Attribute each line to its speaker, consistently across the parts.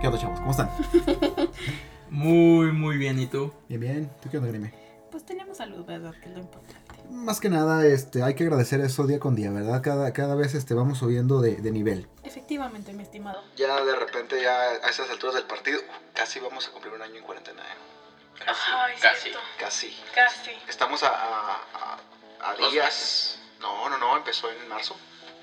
Speaker 1: ¿Cómo están?
Speaker 2: Muy, muy bien. ¿Y tú?
Speaker 1: Bien, bien. ¿Tú qué onda, Grime?
Speaker 3: Pues tenemos salud, ¿verdad? Que es lo importante.
Speaker 1: Más que nada, este, hay que agradecer eso día con día, ¿verdad? Cada, cada vez este, vamos subiendo de, de nivel.
Speaker 3: Efectivamente, mi estimado.
Speaker 4: Ya de repente, ya a esas alturas del partido, uh, casi vamos a cumplir un año en cuarentena. ¿eh?
Speaker 3: Ay,
Speaker 5: casi.
Speaker 3: cierto.
Speaker 4: Casi.
Speaker 3: Casi.
Speaker 4: Estamos a, a, a- a
Speaker 5: Dos
Speaker 4: días. No, no, no, empezó en marzo.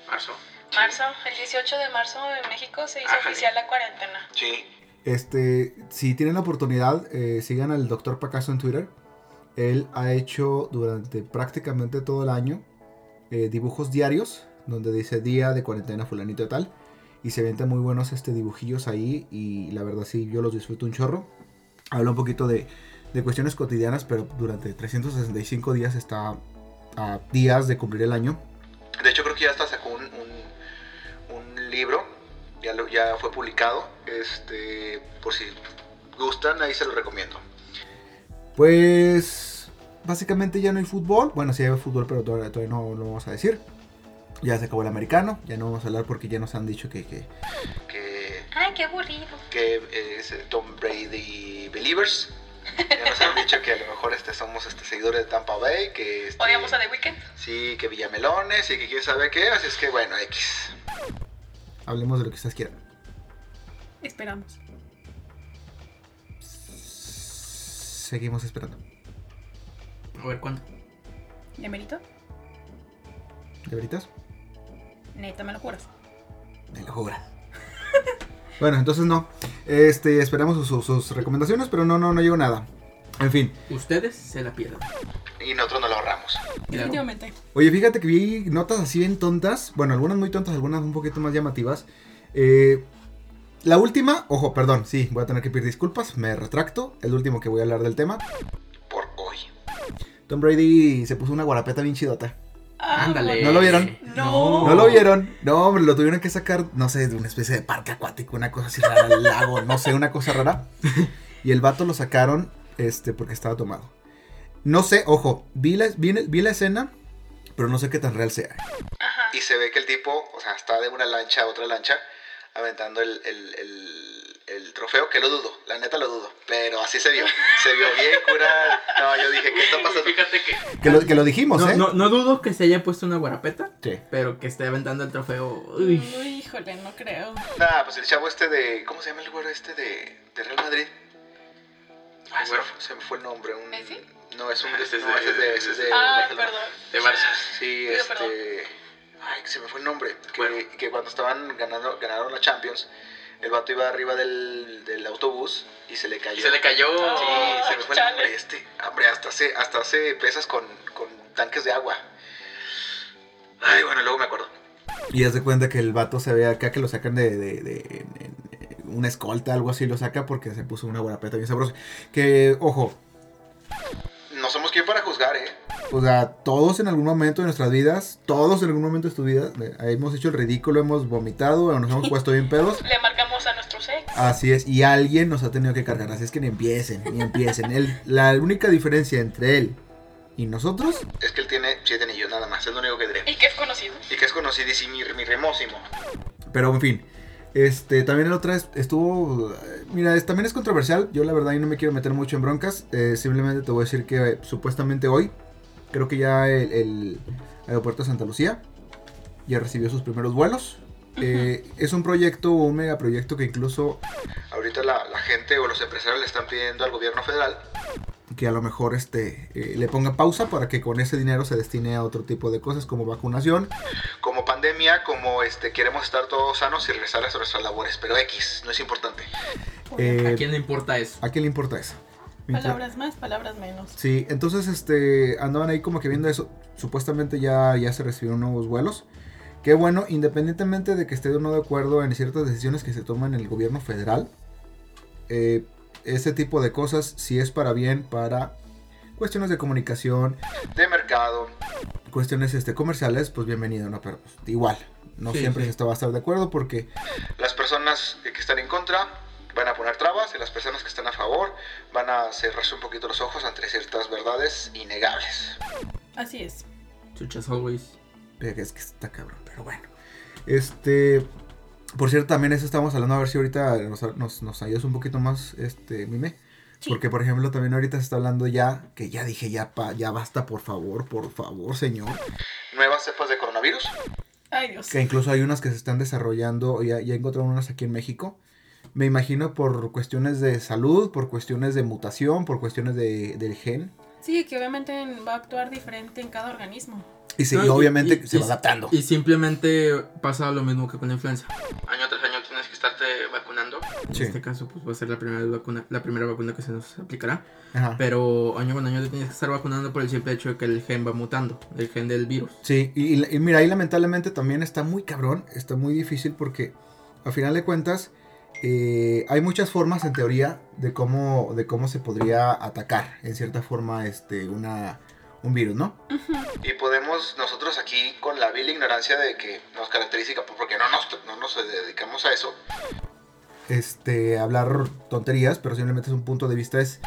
Speaker 5: Marzo.
Speaker 3: Marzo, el 18 de marzo en México se hizo
Speaker 5: Ájale.
Speaker 3: oficial la cuarentena.
Speaker 4: Sí.
Speaker 1: Este, si tienen la oportunidad, eh, sigan al doctor Pacaso en Twitter. Él ha hecho durante prácticamente todo el año eh, dibujos diarios donde dice día de cuarentena fulanito de tal. Y se venden muy buenos este, dibujillos ahí y la verdad sí, yo los disfruto un chorro. Habla un poquito de, de cuestiones cotidianas, pero durante 365 días está a días de cumplir el año.
Speaker 4: De hecho, creo que ya hasta sacó un, un, un libro. Ya, lo- ya fue publicado. Este, por si gustan, ahí se lo recomiendo.
Speaker 1: Pues básicamente ya no hay fútbol. Bueno, sí hay fútbol, pero todavía, todavía no lo vamos a decir. Ya se acabó el americano, ya no vamos a hablar porque ya nos han dicho que... que-
Speaker 4: Que,
Speaker 3: Ay, qué aburrido.
Speaker 4: que es eh, Tom Brady Believers. Ya nos han dicho que a lo mejor este, somos este, seguidores de Tampa Bay. Que, este,
Speaker 3: Odiamos a The Weeknd.
Speaker 4: Sí, que Villamelones y que quién sabe qué. Así es que bueno, X.
Speaker 1: hablemos de lo que ustedes quieran.
Speaker 3: Esperamos.
Speaker 1: Seguimos esperando.
Speaker 2: A ver, ¿cuándo?
Speaker 3: ¿De mérito?
Speaker 1: ¿De veritas?
Speaker 3: Neta, me lo juras.
Speaker 1: Me lo juras. bueno, entonces no. Este, esperamos sus, sus- sus recomendaciones, pero no, no, no llegó nada. En fin.
Speaker 2: Ustedes se la pierden.
Speaker 4: Y nosotros nos lo ahorramos.
Speaker 2: Claro.
Speaker 3: Definitivamente.
Speaker 1: Oye, fíjate que vi notas así bien tontas. Bueno, algunas muy tontas, algunas un poquito más llamativas. Eh, la última, ojo, perdón, sí, voy a tener que pedir disculpas, me retracto. El último que voy a hablar del tema.
Speaker 4: Por hoy.
Speaker 1: Tom Brady se puso una guarapeta bien chidota.
Speaker 2: Ándale.
Speaker 3: Ah,
Speaker 1: ¿No lo vieron?
Speaker 3: No.
Speaker 2: Oh.
Speaker 1: ¿No lo vieron? No, hombre, lo tuvieron que sacar, no sé, de una especie de parque acuático, una cosa así rara, del lago, no sé, una cosa rara. Y el vato lo sacaron, este, porque estaba tomado. No sé, ojo, vi la, vi, vi la escena, pero no sé qué tan real sea.
Speaker 3: Ajá.
Speaker 4: Y se ve que el tipo, o sea, está de una lancha a otra lancha, aventando el, el- el- el trofeo, que lo dudo, la neta lo dudo. Pero así se vio. Se vio bien, cura. No, yo dije, ¿qué está pasando?
Speaker 5: Fíjate que
Speaker 1: Que lo, que lo dijimos,
Speaker 2: No,
Speaker 1: ¿eh?
Speaker 2: no, no dudo que se haya puesto una guarapeta,
Speaker 1: Sí.
Speaker 2: pero que esté aventando el trofeo.
Speaker 3: Uy,
Speaker 2: Uy.
Speaker 3: híjole, no creo.
Speaker 4: Nah, pues el chavo este de. ¿Cómo se llama el güero este de, de Real Madrid? Ah, se, me
Speaker 5: Güero.
Speaker 4: fue- se me fue el nombre. Un,
Speaker 3: ¿Messi?
Speaker 4: No, es un.
Speaker 5: Ah, ese es
Speaker 4: no,
Speaker 5: de-
Speaker 4: ese es de. ese es de
Speaker 3: Ay,
Speaker 4: Barcelona.
Speaker 3: Ah, perdón.
Speaker 5: de Barça.
Speaker 4: Sí,
Speaker 3: Pido perdón.
Speaker 4: este. Ay, que se me fue el nombre. Que,
Speaker 5: Bueno.
Speaker 4: que cuando estaban ganando, ganaron la Champions, el vato iba arriba del, del autobús y se le cayó.
Speaker 5: Y se le cayó.
Speaker 4: Sí,
Speaker 3: Oh,
Speaker 4: se me fue el
Speaker 3: chale.
Speaker 4: nombre este. Hombre, hasta hace, hasta hace pesas con, con tanques de agua. Ay, bueno, luego me acuerdo.
Speaker 1: Y haz de cuenta que el vato se ve acá que lo sacan de, de- de- en- en- en una escolta, algo así, lo saca porque se puso una guarapeta bien sabrosa. Que, ojo,
Speaker 4: No somos quien para juzgar, ¿eh?
Speaker 1: o sea, todos en algún momento de nuestras vidas, todos en algún momento de tu vida, eh, hemos hecho el ridículo, hemos vomitado, o nos hemos puesto bien pedos.
Speaker 3: Le marcamos a nuestro ex.
Speaker 1: Así es, y alguien nos ha tenido que cargar, así es que ni empiecen, ni empiecen. Él- la única diferencia entre él y nosotros
Speaker 4: Es que él tiene siete anillos nada más, es lo único que diré.
Speaker 3: Y que es conocido.
Speaker 4: Y que es conocidísimo y mi remósimo.
Speaker 1: Pero en fin. Este, también el otra es- estuvo. eh, Mira, es- también es controversial. Yo la verdad yo no me quiero meter mucho en broncas. eh, simplemente te voy a decir que eh, supuestamente hoy. Creo que ya el, el aeropuerto de Santa Lucía ya recibió sus primeros vuelos. Eh, es un proyecto, un megaproyecto que incluso
Speaker 4: Ahorita la, la gente o los empresarios le están pidiendo al gobierno federal
Speaker 1: que a lo mejor este eh, le ponga pausa para que con ese dinero se destine a otro tipo de cosas como vacunación.
Speaker 4: como pandemia, como este queremos estar todos sanos y regresar a nuestras labores, pero X, no es importante.
Speaker 1: Eh,
Speaker 2: ¿A quién le importa eso?
Speaker 1: ¿A quién le importa eso? Mientras-
Speaker 3: Palabras más, palabras menos.
Speaker 1: Sí, entonces este andaban ahí como que viendo eso. Supuestamente ya, ya se recibieron nuevos vuelos. Qué bueno, independientemente de que esté o no de acuerdo en ciertas decisiones que se toman en el gobierno federal, eh, ese tipo de cosas, si es para bien, para cuestiones de comunicación,
Speaker 4: De mercado,
Speaker 1: cuestiones este, comerciales, pues bienvenido, ¿no? Pero pues, igual, no
Speaker 2: Sí,
Speaker 1: siempre
Speaker 2: sí.
Speaker 1: se va a estar de acuerdo porque
Speaker 4: las personas que están en contra van a poner trabas y las personas que están a favor van a cerrarse un poquito los ojos ante ciertas verdades innegables.
Speaker 3: Así es.
Speaker 2: Chuchas always.
Speaker 1: Verga, Es que está cabrón, pero bueno. Este. Por cierto, también eso estamos hablando, a ver si ahorita nos, nos, nos ayudas un poquito más, este, Mime.
Speaker 3: Sí.
Speaker 1: Porque, por ejemplo, también ahorita se está hablando ya, que ya dije, ya, pa, ya basta, por favor, por favor, señor.
Speaker 4: Nuevas cepas de coronavirus.
Speaker 3: Ay, Dios.
Speaker 1: Que incluso hay unas que se están desarrollando, ya, ya encontraron unas aquí en México. Me imagino por cuestiones de salud, por cuestiones de mutación, por cuestiones de, del gen.
Speaker 3: Sí, que obviamente va a actuar diferente en cada organismo.
Speaker 1: Y, se-
Speaker 2: No,
Speaker 1: y
Speaker 2: y-
Speaker 1: obviamente
Speaker 2: y-
Speaker 1: se
Speaker 2: y-
Speaker 1: va adaptando.
Speaker 2: Y simplemente pasa lo mismo que con la influenza. Año tras año tienes que estarte vacunando. En
Speaker 1: Sí.
Speaker 2: este caso, pues va a ser la primera vacuna, la primera vacuna que se nos aplicará.
Speaker 1: Ajá.
Speaker 2: Pero año con año te tienes que estar vacunando por el simple hecho de que el gen va mutando, el gen del virus.
Speaker 1: Sí, y, y mira, ahí lamentablemente también está muy cabrón, está muy difícil porque a final de cuentas eh, hay muchas formas en teoría de cómo, de cómo se podría atacar en cierta forma este, una, un virus, ¿no?
Speaker 4: Y podemos nosotros aquí, con la vil ignorancia de que nos caracteriza, pues, porque no nos, no nos dedicamos a eso,
Speaker 1: Este, hablar tonterías, pero simplemente es un punto de vista es,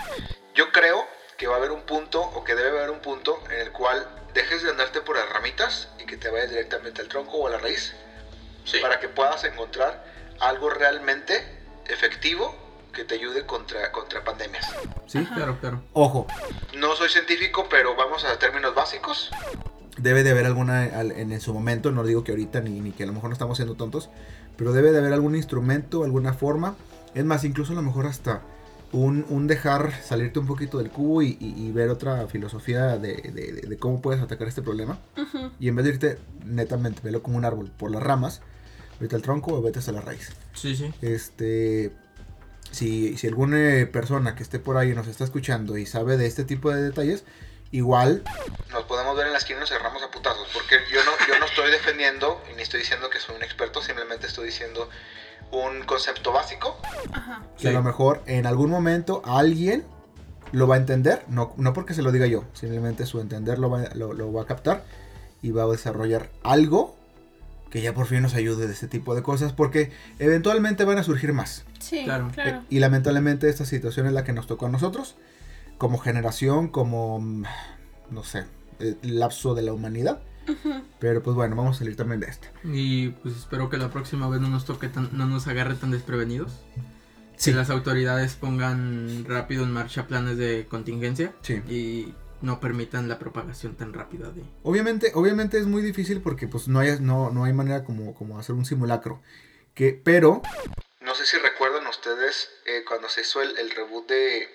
Speaker 4: yo creo que va a haber un punto, o que debe haber un punto, en el cual dejes de andarte por las ramitas y que te vayas directamente al tronco o a la raíz,
Speaker 2: Sí.
Speaker 4: para que puedas encontrar algo realmente efectivo que te ayude contra, contra pandemias.
Speaker 1: ¿sí?
Speaker 3: Ajá.
Speaker 2: Claro, claro.
Speaker 1: Ojo,
Speaker 4: No soy científico, pero vamos a términos básicos.
Speaker 1: debe de haber alguna al- en, en su momento, no digo que ahorita ni, ni que a lo mejor no estamos siendo tontos, pero debe de haber algún instrumento, alguna forma. Es más, incluso a lo mejor hasta un, un dejar salirte un poquito del cubo y, y- y ver otra filosofía de, de- de- de cómo puedes atacar este problema.
Speaker 3: Ujú.
Speaker 1: Y en vez de irte netamente, velo como un árbol, por las ramas, vete al tronco o vete hasta la raíz.
Speaker 2: Sí, sí.
Speaker 1: Este, si, si alguna eh, persona que esté por ahí y nos está escuchando y sabe de este tipo de detalles, igual
Speaker 4: Nos podemos ver en la esquina y nos cerramos a putazos, porque yo no, yo no estoy defendiendo y ni estoy diciendo que soy un experto, simplemente estoy diciendo un concepto básico.
Speaker 3: Ajá.
Speaker 1: que a lo mejor en algún momento alguien lo va a entender, no, no porque se lo diga yo, simplemente su entender lo va, lo, lo va a captar y va a desarrollar algo que ya por fin nos ayude de este tipo de cosas, porque eventualmente van a surgir más.
Speaker 3: Sí,
Speaker 2: Claro.
Speaker 3: claro.
Speaker 1: Eh, y lamentablemente esta situación es la que nos tocó a nosotros, como generación, como, mm, no sé, el lapso de la humanidad.
Speaker 3: Ujú.
Speaker 1: Pero pues bueno, vamos a salir también de esta.
Speaker 2: Y pues espero que la próxima vez no nos toque tan, no nos agarre tan desprevenidos.
Speaker 1: Sí.
Speaker 2: Que las autoridades pongan rápido en marcha planes de contingencia
Speaker 1: Sí.
Speaker 2: y no permitan la propagación tan rápida de.
Speaker 1: Obviamente, obviamente es muy difícil porque pues no hay, no, no hay manera como, como hacer un simulacro. Que, pero,
Speaker 4: No sé si recuerdan ustedes eh, cuando se hizo el, el reboot de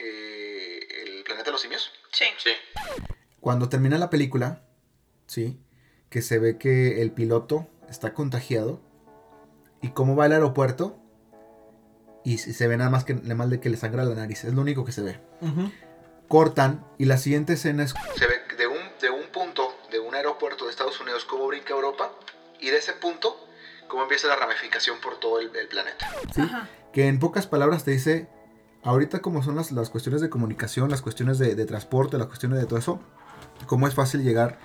Speaker 4: eh, El Planeta de los Simios.
Speaker 3: Sí.
Speaker 4: Sí.
Speaker 1: cuando termina la película, ¿sí? Que se ve que el piloto está contagiado. Y cómo va al aeropuerto. Y se se ve nada más que nada más de que le sangra la nariz. Es lo único que se ve. Cortan y la siguiente escena es
Speaker 4: Se ve de un, de un punto, de un aeropuerto de Estados Unidos, cómo brinca Europa y de ese punto, cómo empieza la ramificación por todo el, el planeta.
Speaker 1: Sí.
Speaker 3: Ajá.
Speaker 1: que en pocas palabras te dice, ahorita como son las, las cuestiones de comunicación, las cuestiones de, de transporte, las cuestiones de todo eso, cómo es fácil llegar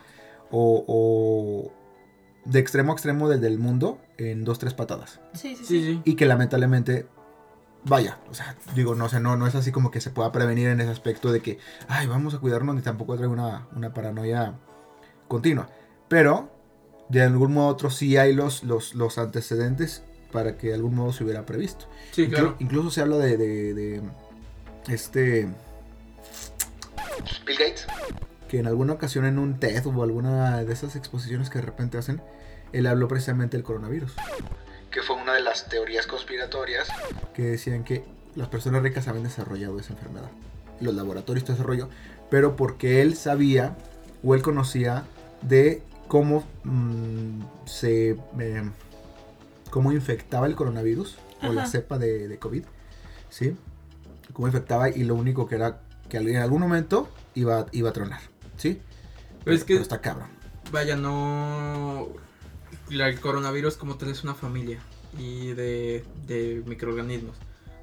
Speaker 1: o, o de extremo a extremo del, del mundo en dos, tres patadas.
Speaker 3: Sí, sí, sí.
Speaker 2: Sí, sí.
Speaker 1: Y que lamentablemente, vaya, o sea, digo, no, o sea, no, no es así como que se pueda prevenir en ese aspecto de que, ay, vamos a cuidarnos, ni tampoco trae una, una paranoia continua. Pero, de algún modo u otro, sí hay los, los, los antecedentes para que de algún modo se hubiera previsto.
Speaker 2: Sí,
Speaker 1: Inclu-
Speaker 2: claro.
Speaker 1: Incluso se habla de, de- de, este
Speaker 4: Bill Gates,
Speaker 1: que en alguna ocasión en un TED o alguna de esas exposiciones que de repente hacen, él habló precisamente del coronavirus,
Speaker 4: que fue una de las teorías conspiratorias
Speaker 1: que decían que las personas ricas habían desarrollado esa enfermedad, los laboratorios todo ese rollo, pero porque él sabía o él conocía de cómo mm, se eh, cómo infectaba el coronavirus o la
Speaker 3: Ajá.
Speaker 1: cepa de, de COVID, sí, cómo infectaba y lo único que era que en algún momento iba, iba a tronar, sí.
Speaker 2: Pero es que-
Speaker 1: pero está cabrón.
Speaker 2: Vaya, no. la- el coronavirus, como tal, es una familia y de, de microorganismos.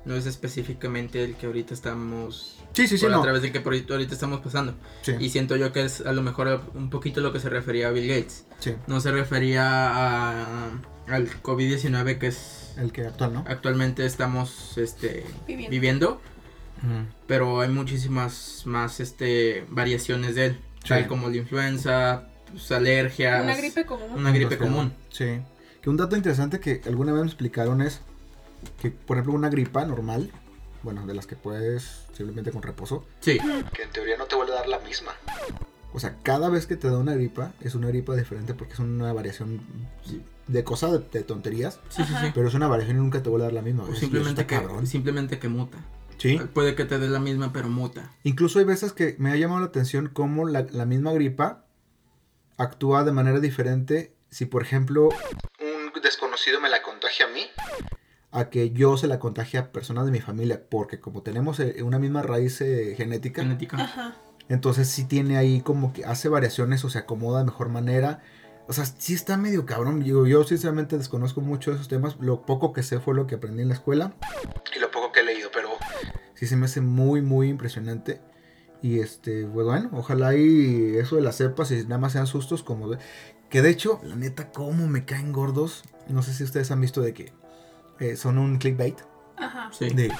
Speaker 2: No es específicamente el que ahorita estamos.
Speaker 1: Sí, sí, sí,
Speaker 2: por-
Speaker 1: no.
Speaker 2: A través del que por ahorita ahorita estamos pasando.
Speaker 1: Sí,
Speaker 2: Y siento yo que es a lo mejor un poquito lo que se refería a Bill Gates.
Speaker 1: sí,
Speaker 2: No se refería a, al COVID-19 que es
Speaker 1: el que actual,
Speaker 2: Ah.
Speaker 1: ¿no?
Speaker 2: actualmente estamos este,
Speaker 3: Viviendo.
Speaker 2: viviendo, pero hay muchísimas más este, variaciones de él,
Speaker 1: Sí.
Speaker 2: tal como la influenza, pues, alergias.
Speaker 3: Una gripe común.
Speaker 2: una gripe
Speaker 1: Entonces,
Speaker 2: común.
Speaker 1: Sí. Que Que un dato interesante que alguna vez me explicaron es que, por ejemplo, una gripa normal, bueno, de las que puedes simplemente con reposo,
Speaker 2: Sí,
Speaker 4: Que en teoría no te vuelve a dar la misma.
Speaker 1: o sea, cada vez que te da una gripa es una gripa diferente porque es una variación de cosas, de, de tonterías,
Speaker 2: sí, sí, sí.
Speaker 3: Ajá.
Speaker 1: pero es una variación Pues, y nunca te vuelve a dar la misma.
Speaker 2: O
Speaker 1: Eso- eso
Speaker 2: simplemente
Speaker 1: está
Speaker 2: que, Ah.
Speaker 1: cabrón.
Speaker 2: simplemente que muta.
Speaker 1: Sí.
Speaker 2: Puede que te dé la misma, pero muta.
Speaker 1: Incluso hay veces que me ha llamado la atención cómo la, la misma gripa actúa de manera diferente si, por ejemplo,
Speaker 4: Un desconocido me la contagia a mí.
Speaker 1: a que yo se la contagie a personas de mi familia, porque como tenemos eh, una misma raíz eh, genética,
Speaker 2: Genética.
Speaker 3: Ajá.
Speaker 1: entonces sí tiene ahí como que hace variaciones o se acomoda de mejor manera. O sea, sí está medio cabrón. Yo, yo sinceramente desconozco mucho de esos temas. Lo poco que sé fue lo que aprendí en la escuela.
Speaker 4: Y lo poco que he leído, pero
Speaker 1: Sí se me hace muy, muy impresionante. Y este, pues bueno, ojalá y eso de las cepas y nada más sean sustos como... de- Que de hecho, la neta, cómo me caen gordos. No sé si ustedes han visto de que eh, son un clickbait.
Speaker 3: Ajá.
Speaker 2: Sí.
Speaker 1: De,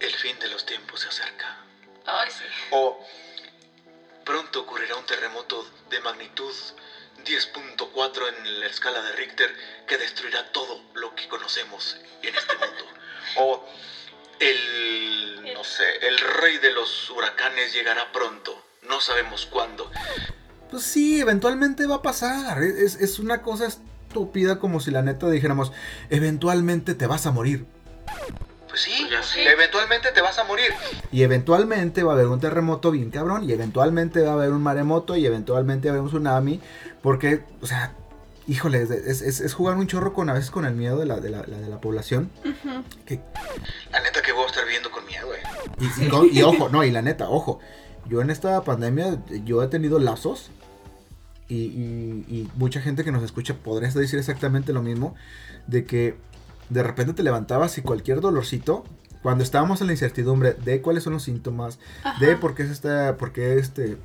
Speaker 4: el fin de los tiempos se acerca.
Speaker 3: Ay, sí.
Speaker 4: O pronto ocurrirá un terremoto de magnitud 10.4 en la escala de Richter que destruirá todo lo que conocemos en este mundo. O el no sé, el rey de los huracanes llegará pronto. No sabemos cuándo.
Speaker 1: Pues sí, eventualmente va a pasar. Es, es una cosa estúpida como si la neta dijéramos, eventualmente te vas a morir.
Speaker 4: Pues sí,
Speaker 2: Ya
Speaker 3: sé.
Speaker 4: eventualmente te vas a morir.
Speaker 1: Y eventualmente va a haber un terremoto bien cabrón. Y eventualmente va a haber un maremoto. Y eventualmente va a haber un tsunami. Porque, o sea, híjole, es, es- es jugar un chorro con a veces con el miedo de la, de la, la- de la población.
Speaker 3: Ujú.
Speaker 1: Que,
Speaker 4: La neta que voy a estar viviendo con miedo, eh.
Speaker 1: y, y co- y ojo, no, y la neta, ojo. Yo en esta pandemia, yo he tenido lazos. Y, y- y mucha gente que nos escucha podría decir exactamente lo mismo. De que de repente te levantabas y cualquier dolorcito. Cuando estábamos en la incertidumbre de cuáles son los síntomas,
Speaker 3: Ajá.
Speaker 1: de por qué se está, por qué este,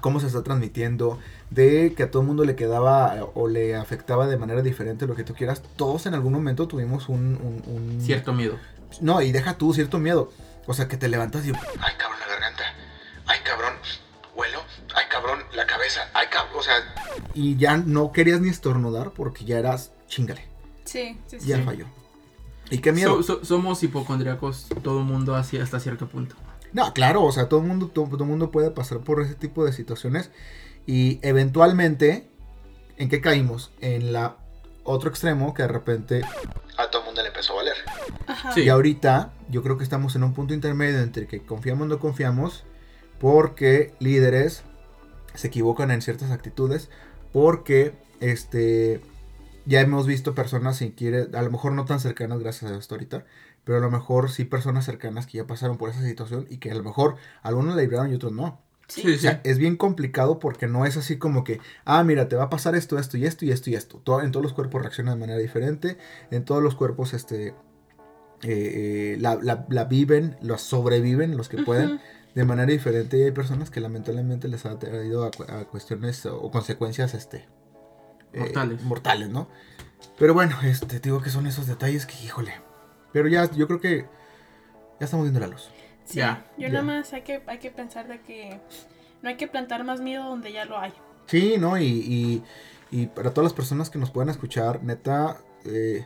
Speaker 1: cómo se está transmitiendo, de que a todo el mundo le quedaba eh, o le afectaba de manera diferente lo que tú quieras, todos en algún momento tuvimos un... un- un-
Speaker 2: Cierto miedo.
Speaker 1: No, y deja tú cierto miedo. O sea, que te levantas y...
Speaker 4: Ay, cabrón, la garganta. Ay, cabrón, huelo. Ay, cabrón, la cabeza. Ay, cabrón, o sea,
Speaker 1: y ya no querías ni estornudar porque ya eras chingale,
Speaker 3: Sí, sí, sí.
Speaker 1: ya
Speaker 2: Sí.
Speaker 1: falló. Y qué miedo.
Speaker 2: So- so- somos hipocondriacos, todo el mundo así hasta cierto punto.
Speaker 1: No, claro, o sea, todo el mundo, todo, todo mundo puede pasar por ese tipo de situaciones. Y eventualmente, ¿en qué caímos? En la otro extremo que de repente
Speaker 4: a todo el mundo le empezó a valer.
Speaker 3: Ajá.
Speaker 2: Sí.
Speaker 1: Y ahorita yo creo que estamos en un punto intermedio entre que confiamos o no confiamos, porque líderes se equivocan en ciertas actitudes, porque este ya hemos visto personas sin quiere, a lo mejor no tan cercanas gracias a esto ahorita, pero a lo mejor sí personas cercanas que ya pasaron por esa situación y que a lo mejor algunos la libraron y otros no.
Speaker 2: Sí,
Speaker 1: O
Speaker 2: sí.
Speaker 1: sea, es bien complicado porque no es así como que, ah, mira, te va a pasar esto, esto y esto y esto y esto. Todo- en todos los cuerpos reacciona de manera diferente, en todos los cuerpos este, eh, eh, la, la- la viven, la sobreviven los que pueden
Speaker 3: Ujú.
Speaker 1: de manera diferente y hay personas que lamentablemente les ha traído a, cu- a cuestiones o consecuencias este, eh,
Speaker 2: Mortales.
Speaker 1: mortales, ¿no? Pero bueno, este, te digo que son esos detalles que, híjole. Pero ya, yo creo que ya estamos viendo la luz.
Speaker 3: Sí,
Speaker 2: Ya,
Speaker 3: yo
Speaker 1: ya.
Speaker 3: nada más hay que, hay que pensar de que no hay que plantar más miedo donde ya lo hay.
Speaker 1: Sí, ¿no? Y, y- y para todas las personas que nos puedan escuchar, neta, eh,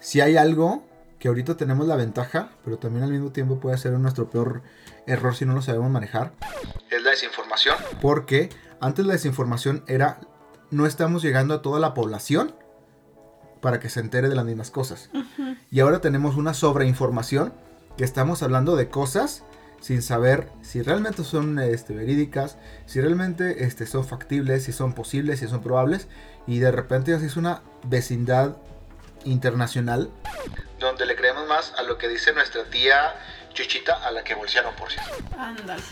Speaker 1: si hay algo que ahorita tenemos la ventaja, pero también al mismo tiempo puede ser nuestro peor error si no lo sabemos manejar,
Speaker 4: Es la desinformación.
Speaker 1: porque antes la desinformación era, no estamos llegando a toda la población para que se entere de las mismas cosas. Y ahora tenemos una sobreinformación que estamos hablando de cosas sin saber si realmente son este, verídicas, si realmente este, son factibles, si son posibles, si son probables. Y de repente así es una vecindad internacional.
Speaker 4: donde le creemos más a lo que dice nuestra tía Chuchita, a la que bolsearon, por cierto.
Speaker 3: Ándale.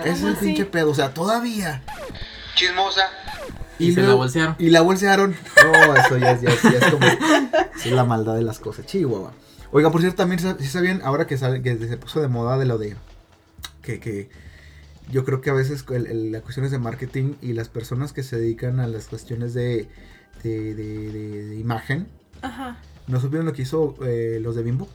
Speaker 1: Ese es el
Speaker 3: así?
Speaker 1: pinche pedo, o sea, todavía.
Speaker 4: Chismosa,
Speaker 2: Y, se la
Speaker 1: luego-
Speaker 2: bolsearon.
Speaker 1: Y la bolsearon. No, eso ya es, ya es- ya es como. Es la maldad de las cosas. Chihuahua. Oiga, por cierto, también si sabían, ahora que, sale- que se puso de moda de lo de. Que, que yo creo que a veces el- el- las cuestiones de marketing y las personas que se dedican a las cuestiones de, de, de- de- de imagen,
Speaker 3: Ajá.
Speaker 1: ¿no supieron lo que hizo eh, los de Bimbo?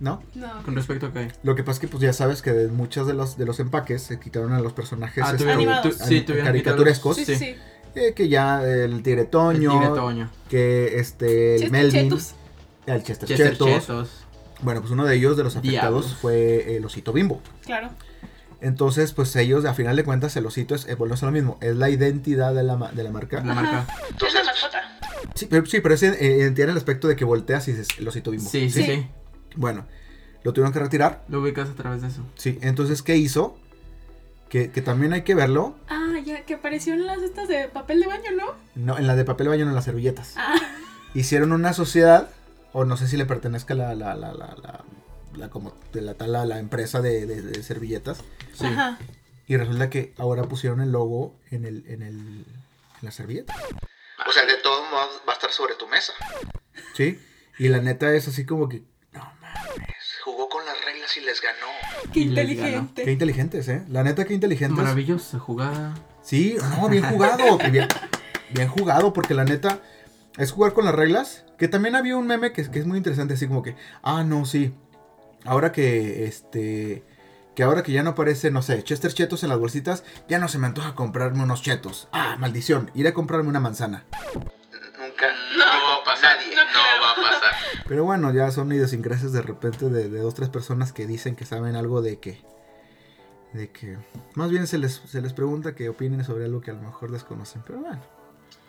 Speaker 1: ¿No?
Speaker 3: No.
Speaker 2: Con respecto a qué.
Speaker 1: Lo que pasa es que pues ya sabes que de muchos de los, de los empaques se quitaron a los personajes
Speaker 2: Ah,
Speaker 1: este,
Speaker 2: tuvieron-
Speaker 3: Animados.
Speaker 2: tu- sí,
Speaker 1: anim-
Speaker 2: tuvieron que quitar-
Speaker 1: caricaturescos.
Speaker 3: Sí, sí. sí.
Speaker 1: eh, que ya el tigre
Speaker 2: El
Speaker 1: Toño,
Speaker 2: tigre Toño.
Speaker 1: que este, el
Speaker 3: Chester
Speaker 1: Melvin,
Speaker 3: Chetus.
Speaker 1: el Chester,
Speaker 2: Chester
Speaker 1: Chetos.
Speaker 2: Chetos.
Speaker 1: Bueno, pues uno de ellos, de los afectados,
Speaker 2: Diablos.
Speaker 1: fue el osito bimbo.
Speaker 3: Claro.
Speaker 1: Entonces, pues ellos, a final de cuentas, el osito es, eh, volvemos a lo mismo, es la identidad de la, ma- de la marca.
Speaker 2: La
Speaker 3: Ajá.
Speaker 2: marca.
Speaker 3: Es la
Speaker 4: Entonces,
Speaker 3: mascota.
Speaker 1: Sí, pero, sí, pero es en- eh, tiene el aspecto de que volteas y dices, el osito bimbo.
Speaker 2: Sí, sí,
Speaker 3: Sí.
Speaker 2: sí.
Speaker 1: Bueno, lo tuvieron que retirar.
Speaker 2: Lo ubicas a través de eso.
Speaker 1: Sí, entonces, ¿qué hizo? Que, que también hay que verlo.
Speaker 3: Ah, ya, que apareció en las estas de papel de baño, ¿no?
Speaker 1: No, en la de papel de baño, no en las servilletas.
Speaker 3: Ah,
Speaker 1: Hicieron una sociedad, o no sé si le pertenezca la, la, la, la, la, la como de la tal la, la empresa de, de- de servilletas.
Speaker 2: Sí.
Speaker 3: ajá.
Speaker 1: Y resulta que ahora pusieron el logo en el, en el en la servilleta.
Speaker 4: o sea, de todos modos va a estar sobre tu mesa.
Speaker 1: Sí. Y la neta es así como que. No mames.
Speaker 4: Jugó con las reglas y les ganó.
Speaker 3: Qué
Speaker 2: Y les
Speaker 1: Qué
Speaker 3: inteligente.
Speaker 1: inteligentes, eh. La neta, qué inteligentes.
Speaker 2: Maravillosa jugada.
Speaker 1: Sí, no, bien jugado. que bien, bien jugado, porque la neta es jugar con las reglas. Que también había un meme que, que es muy interesante, así como que, ah, no, sí. Ahora que este. Que ahora que ya no aparece, no sé, Chester Chetos en las bolsitas, ya no se me antoja comprarme unos chetos. Ah, maldición, iré a comprarme una manzana.
Speaker 4: Nunca.
Speaker 5: No va a
Speaker 4: dijo
Speaker 5: pasar,
Speaker 4: nadie.
Speaker 5: no va a pasar.
Speaker 1: Pero bueno, ya son idiosincrasias de repente de, de dos, tres personas que dicen que saben algo de que. De que. Más bien se les, se les pregunta que opinen sobre algo que a lo mejor desconocen. Pero bueno,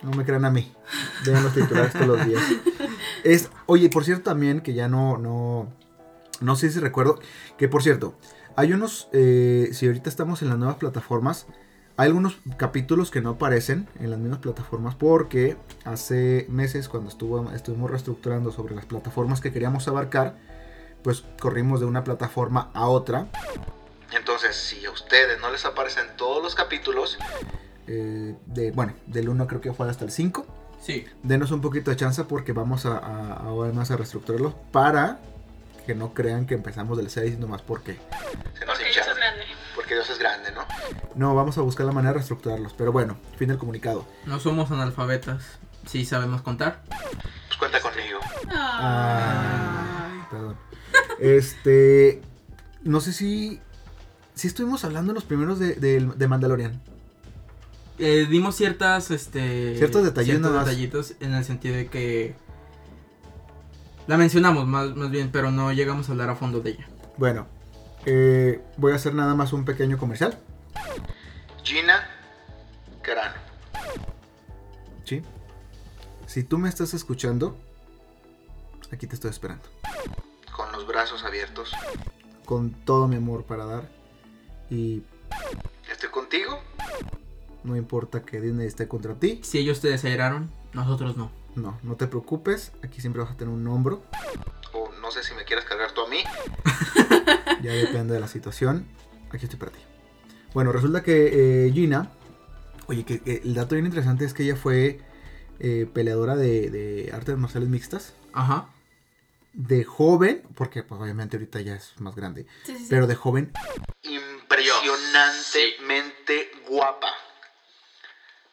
Speaker 1: no me crean a mí. Vean los titulares todos los días. Es, oye, por cierto, también que ya no. No, no sé si recuerdo. Que por cierto, hay unos. eh, si ahorita estamos en las nuevas plataformas. Hay algunos capítulos que no aparecen en las mismas plataformas porque hace meses cuando estuvo, estuvimos reestructurando sobre las plataformas que queríamos abarcar, pues corrimos de una plataforma a otra.
Speaker 4: Entonces, si a ustedes no les aparecen todos los capítulos,
Speaker 1: eh, de, bueno, del 1 creo que fue hasta el 5.
Speaker 2: Sí.
Speaker 1: Denos un poquito de chance porque vamos a, a- ahora más a reestructurarlos para que no crean que empezamos del 6 nomás porque...
Speaker 4: se nos
Speaker 3: Porque ya
Speaker 4: hincharon.
Speaker 3: es grande.
Speaker 4: Porque Dios es grande, ¿no?
Speaker 1: No, vamos a buscar la manera de reestructurarlos. Pero bueno, fin del comunicado.
Speaker 2: No somos analfabetas. Sí sabemos contar.
Speaker 4: Pues cuenta conmigo.
Speaker 1: Ay,
Speaker 3: Ah.
Speaker 1: perdón. Este. No sé si. Si estuvimos hablando en los primeros de, de- de Mandalorian.
Speaker 2: Eh, dimos ciertas, este...
Speaker 1: Ciertos detalles
Speaker 2: ciertos
Speaker 1: nada más.
Speaker 2: detallitos en el sentido de que... La mencionamos más, más bien, pero no llegamos a hablar a fondo de ella.
Speaker 1: Bueno, eh, voy a hacer nada más un pequeño comercial.
Speaker 4: Gina Carano.
Speaker 1: ¿Sí? Si tú me estás escuchando, aquí te estoy esperando.
Speaker 4: Con los brazos abiertos.
Speaker 1: Con todo mi amor para dar. Y
Speaker 4: Estoy contigo.
Speaker 1: no importa que Disney esté contra ti.
Speaker 2: Si ellos te desairaron, nosotros no.
Speaker 1: No, no te preocupes. Aquí siempre vas a tener un hombro.
Speaker 4: O no sé si me quieres cargar tú a mí.
Speaker 1: Ya depende de la situación. Aquí estoy para ti. Bueno, resulta que eh, Gina. Oye, que, que el dato bien interesante es que ella fue eh, peleadora de, de artes marciales mixtas.
Speaker 2: Ajá.
Speaker 1: De joven, porque pues, obviamente ahorita ya es más grande.
Speaker 3: Sí, sí, sí.
Speaker 1: Pero de joven,
Speaker 4: Impresionantemente guapa.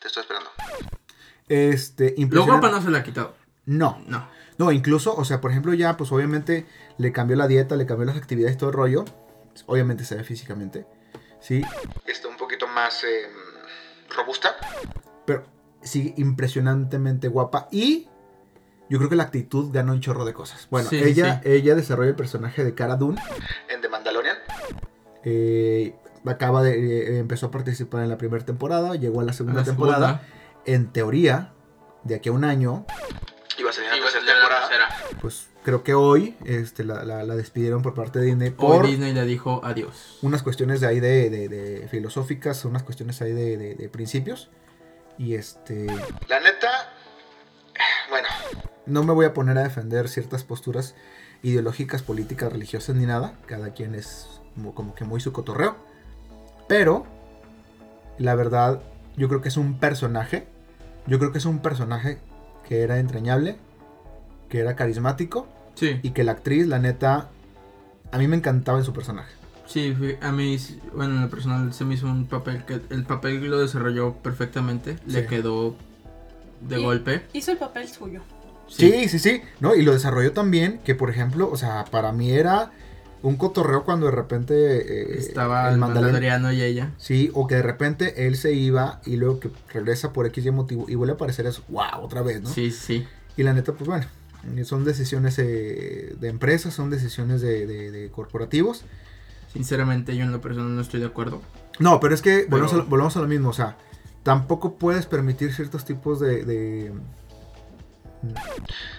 Speaker 4: Te estoy esperando.
Speaker 1: este,
Speaker 2: Lo
Speaker 1: impresionante.
Speaker 2: guapa no se la ha quitado.
Speaker 1: No,
Speaker 2: No.
Speaker 1: no, incluso, o sea, por ejemplo, ya, pues obviamente le cambió la dieta, le cambió las actividades, todo el rollo. Obviamente se ve físicamente, ¿sí?
Speaker 4: Está un poquito más eh, robusta.
Speaker 1: Pero sigue impresionantemente guapa y yo creo que la actitud gana un chorro de cosas. Bueno,
Speaker 2: Sí, sí,
Speaker 1: ella, ella desarrolla el personaje de Cara Dune.
Speaker 4: En The Mandalorian.
Speaker 1: eh, acaba de, eh, empezó a participar en la primera temporada, llegó a la
Speaker 2: A
Speaker 1: segunda
Speaker 2: la
Speaker 1: temporada.
Speaker 2: segunda.
Speaker 1: En teoría, de aquí a un año,
Speaker 4: Iba a salir en
Speaker 5: Y
Speaker 4: la
Speaker 5: va a ser
Speaker 4: tercera
Speaker 5: la
Speaker 4: temporada.
Speaker 5: tercera.
Speaker 1: pues creo que hoy este, la, la- la despidieron por parte de Disney
Speaker 2: Hoy
Speaker 1: por
Speaker 2: Disney le dijo adiós.
Speaker 1: unas cuestiones de ahí de, de- de filosóficas, unas cuestiones ahí de, de- de principios. Y este,
Speaker 4: La neta. eh, Bueno,
Speaker 1: no me voy a poner a defender ciertas posturas ideológicas, políticas, religiosas ni nada. Cada quien es como, como que muy su cotorreo. Pero, la verdad, yo creo que es un personaje. Yo creo que es un personaje que era entrañable, que era carismático
Speaker 2: Sí.
Speaker 1: y que la actriz, la neta, a mí me encantaba en su personaje.
Speaker 2: Sí, fue- a mí, sí- bueno, en lo personal se me hizo un papel que el papel lo desarrolló perfectamente,
Speaker 1: Sí.
Speaker 2: le quedó de
Speaker 3: Y-
Speaker 2: golpe.
Speaker 3: Hizo el papel suyo.
Speaker 1: Sí, sí, sí, ¿no? Y lo desarrolló también, que por ejemplo, o sea, para mí era un cotorreo cuando de repente eh,
Speaker 2: Estaba
Speaker 1: el
Speaker 2: el
Speaker 1: mandaloriano-
Speaker 2: mandaloriano y ella.
Speaker 1: Sí, o que de repente él se iba y luego que regresa por X y motivo y vuelve a aparecer eso, wow, otra vez, ¿no?
Speaker 2: Sí, sí.
Speaker 1: Y la neta, pues bueno, eh, son decisiones eh, de empresas, son decisiones de, de- de corporativos.
Speaker 2: Sinceramente, yo en lo personal no estoy de acuerdo.
Speaker 1: No, pero es que volvemos,
Speaker 2: Pero-
Speaker 1: a, lo- volvemos a lo mismo, o sea, tampoco puedes permitir ciertos tipos de... de-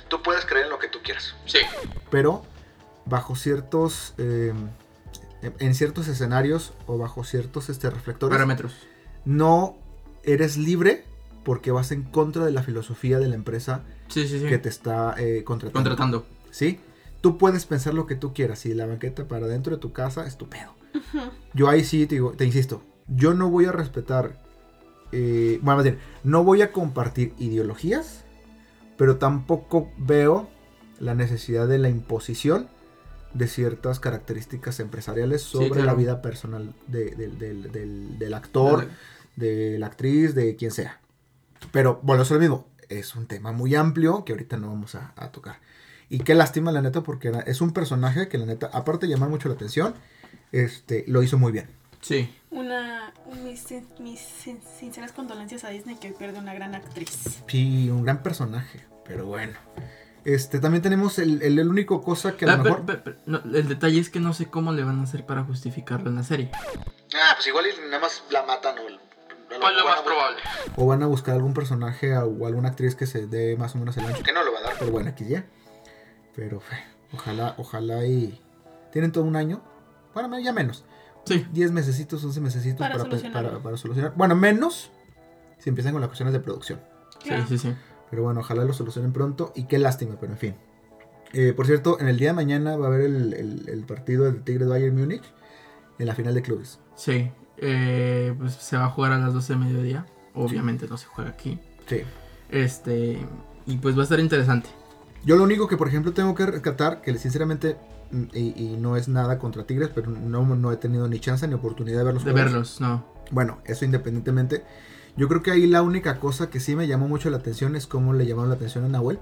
Speaker 4: Tú puedes creer en lo que tú quieras.
Speaker 2: Sí.
Speaker 1: pero bajo ciertos... eh, en- en ciertos escenarios o bajo ciertos este, reflectores
Speaker 2: Parámetros.
Speaker 1: no eres libre porque vas en contra de la filosofía de la empresa
Speaker 2: Sí, sí, sí.
Speaker 1: que te está eh, contratando.
Speaker 2: Contratando.
Speaker 1: ¿Sí? Tú puedes pensar lo que tú quieras y la banqueta para dentro de tu casa es tu pedo.
Speaker 3: Ujú.
Speaker 1: Yo ahí sí te digo, te insisto, yo no voy a respetar, eh, bueno, más bien, no voy a compartir ideologías, pero tampoco veo la necesidad de la imposición de ciertas características empresariales sobre la
Speaker 2: claro.
Speaker 1: vida personal de- del- del- del- del actor, de la actriz, de quien sea. Pero bueno, eso es lo mismo. Es un tema muy amplio que ahorita no vamos a, a tocar. Y qué lástima, la neta, porque era- es un personaje que, la neta, aparte de llamar mucho la atención, este, lo hizo muy bien.
Speaker 2: Sí.
Speaker 3: Una, mis, sin- mis sin- sinceras condolencias a Disney que hoy pierde una gran actriz.
Speaker 1: Sí, un gran personaje, pero bueno. Este, también tenemos el, el, el único cosa que a
Speaker 2: Ah,
Speaker 1: lo
Speaker 2: pero-
Speaker 1: mejor...
Speaker 2: pero- pero- no, el detalle es que no sé cómo le van a hacer para justificarlo en la serie.
Speaker 4: Ah, pues igual y nada más la matan o... el- Pues lo- lo van a-
Speaker 1: O van a buscar algún personaje a- o alguna actriz que se dé más o menos el ancho.
Speaker 4: Que no lo va a dar.
Speaker 1: Pero bueno, aquí ya. Pero eh, ojalá, ojalá y... Tienen todo un año. Bueno, ya menos.
Speaker 2: Sí.
Speaker 1: 10 mesecitos, 11 mesecitos para,
Speaker 3: Para
Speaker 1: pe-
Speaker 3: solucionarlo.
Speaker 1: para- para solucionar. Bueno, menos si empiezan con las cuestiones de producción.
Speaker 3: Claro.
Speaker 2: Sí, sí, sí.
Speaker 1: Pero bueno, ojalá lo solucionen pronto y qué lástima, pero en fin. Eh, por cierto, en el día de mañana va a haber el, el- el partido del Tigres Bayern Múnich en la final de clubes.
Speaker 2: Sí. Eh, pues se va a jugar a las 12 de mediodía. Obviamente no se juega aquí.
Speaker 1: Sí.
Speaker 2: Este. Y pues va a estar interesante.
Speaker 1: Yo lo único que, por ejemplo, tengo que rescatar, que sinceramente, mm, y, y no es nada contra Tigres, pero no, no he tenido ni chance ni oportunidad de verlos.
Speaker 2: De
Speaker 1: jugar.
Speaker 2: verlos, no.
Speaker 1: Bueno, eso independientemente. Yo creo que ahí la única cosa que sí me llamó mucho la atención es cómo le llamaron la atención a Nahuel.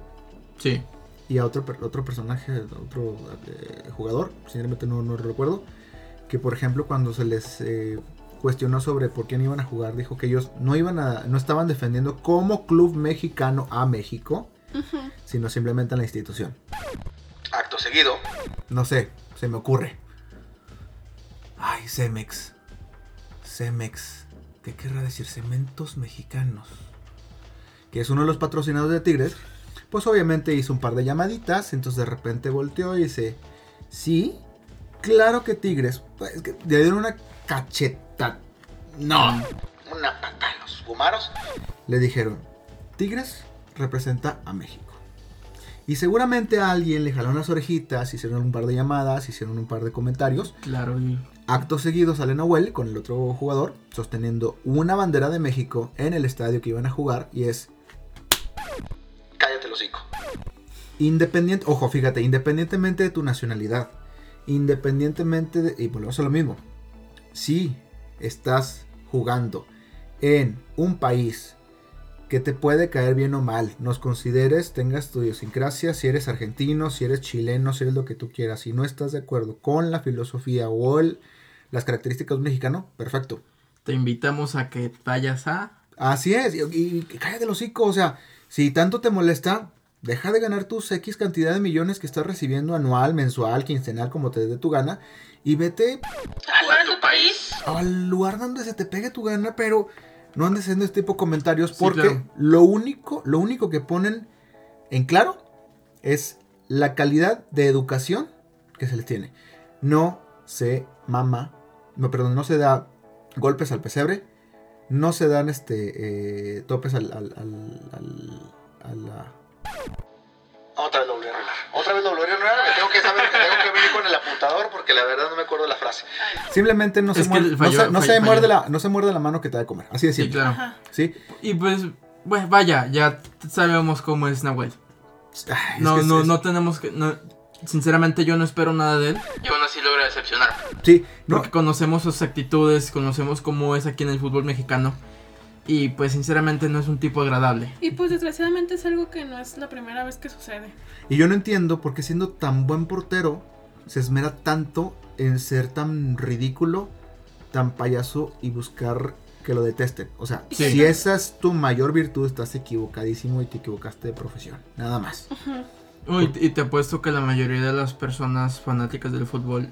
Speaker 2: Sí.
Speaker 1: y a otro, per- otro personaje, otro eh, jugador, sinceramente no, no recuerdo, que por ejemplo cuando se les eh, cuestionó sobre por quién iban a jugar, dijo que ellos no iban a, no estaban defendiendo como club mexicano a México,
Speaker 3: Ujú.
Speaker 1: sino simplemente a la institución.
Speaker 4: Acto seguido.
Speaker 1: No sé, se me ocurre. Ay, Cemex. Cemex. ¿Qué querrá decir? Cementos mexicanos. Que es uno de los patrocinados de Tigres. Pues obviamente hizo un par de llamaditas. Entonces de repente volteó y dice: Sí, claro que Tigres. Pues, es que le dieron una cacheta. No.
Speaker 4: Una patada en los gumaros.
Speaker 1: Le dijeron: Tigres representa a México. Y seguramente a alguien le jalaron las orejitas, hicieron un par de llamadas, hicieron un par de comentarios.
Speaker 2: Claro. Y
Speaker 1: Acto seguido sale Nahuel con el otro jugador sosteniendo una bandera de México en el estadio que iban a jugar y es
Speaker 4: Cállate el hocico.
Speaker 1: independiente, ojo, fíjate, independientemente de tu nacionalidad, independientemente de, y volvemos a lo mismo, si estás jugando en un país que te puede caer bien o mal, nos consideres, tengas tu idiosincrasia, si eres argentino, si eres chileno, si eres lo que tú quieras, si no estás de acuerdo con la filosofía o el- las características de un mexicano, perfecto.
Speaker 2: te invitamos a que vayas a.
Speaker 1: Así es, y, y cállate los hocico, o sea, si tanto te molesta, deja de ganar tus X cantidad de millones que estás recibiendo anual, mensual, quincenal, como te dé tu gana, y vete
Speaker 3: ¿Fuera tu país?
Speaker 1: al lugar donde se te pegue tu gana, pero no andes haciendo este tipo de comentarios
Speaker 2: Sí,
Speaker 1: porque
Speaker 2: claro.
Speaker 1: lo único, lo único que ponen en claro es la calidad de educación que se les tiene. No se mama, no, perdón, no se da golpes al pesebre, no se dan este eh, topes al, al- al- al- a la-
Speaker 4: Otra vez lo volví a arreglar. Otra vez lo volví a arreglar. Me tengo que saber, me tengo que venir con el apuntador porque la verdad no me acuerdo la frase.
Speaker 1: Simplemente no se,
Speaker 2: Es que
Speaker 1: muerde,
Speaker 2: falló-
Speaker 1: no se- no se
Speaker 2: falló-
Speaker 1: muerde
Speaker 2: falló.
Speaker 1: la, no se muerde la mano que te da de comer. Así de
Speaker 2: Sí,
Speaker 1: simple.
Speaker 2: claro.
Speaker 3: Ajá.
Speaker 1: ¿sí?
Speaker 2: Y pues, pues vaya, ya t- sabemos cómo es Nahuel.
Speaker 1: Ay, es
Speaker 2: No,
Speaker 1: que es-
Speaker 2: no,
Speaker 1: es-
Speaker 2: no tenemos que. no- sinceramente, yo no espero nada de él. Y aún así logra decepcionar.
Speaker 1: Sí, no,
Speaker 2: Porque conocemos sus actitudes, conocemos cómo es aquí en el fútbol mexicano. Y pues, sinceramente, no es un tipo agradable.
Speaker 3: Y pues desgraciadamente es algo que no es la primera vez que sucede.
Speaker 1: Y yo no entiendo por qué siendo tan buen portero se esmera tanto en ser tan ridículo, tan payaso y buscar que lo detesten. O sea,
Speaker 2: Sí.
Speaker 1: si esa es tu mayor virtud, estás equivocadísimo y te equivocaste de profesión. Nada más.
Speaker 3: Ujú.
Speaker 2: Uy, y te apuesto que la mayoría de las personas fanáticas del fútbol,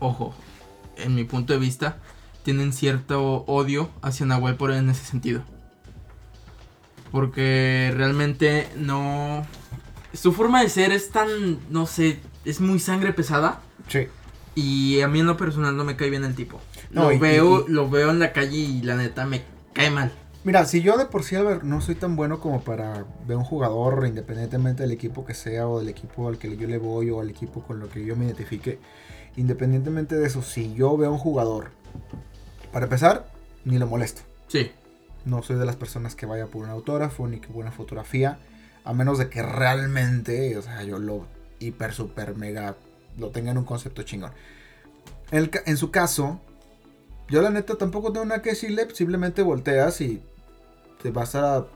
Speaker 2: ojo, en mi punto de vista, tienen cierto odio hacia Nahuel por en ese sentido. Porque realmente no... Su forma de ser es tan, no sé, es muy sangre pesada.
Speaker 1: Sí.
Speaker 2: Y a mí en lo personal no me cae bien el tipo.
Speaker 1: No,
Speaker 2: lo,
Speaker 1: y-
Speaker 2: veo,
Speaker 1: y-
Speaker 2: lo veo en la calle y la neta me cae mal.
Speaker 1: Mira, si yo de por sí Albert, no soy tan bueno como para ver un jugador, independientemente del equipo que sea, o del equipo al que yo le voy, o al equipo con lo que yo me identifique, independientemente de eso, si yo veo a un jugador, para empezar, ni lo molesto.
Speaker 2: Sí.
Speaker 1: No soy de las personas que vaya por un autógrafo ni que por una fotografía. A menos de que realmente, o sea, yo lo hiper, super, mega, lo tenga en un concepto chingón. En, el ca- en su caso, yo la neta tampoco tengo nada que decirle. Simplemente volteas y te vas a...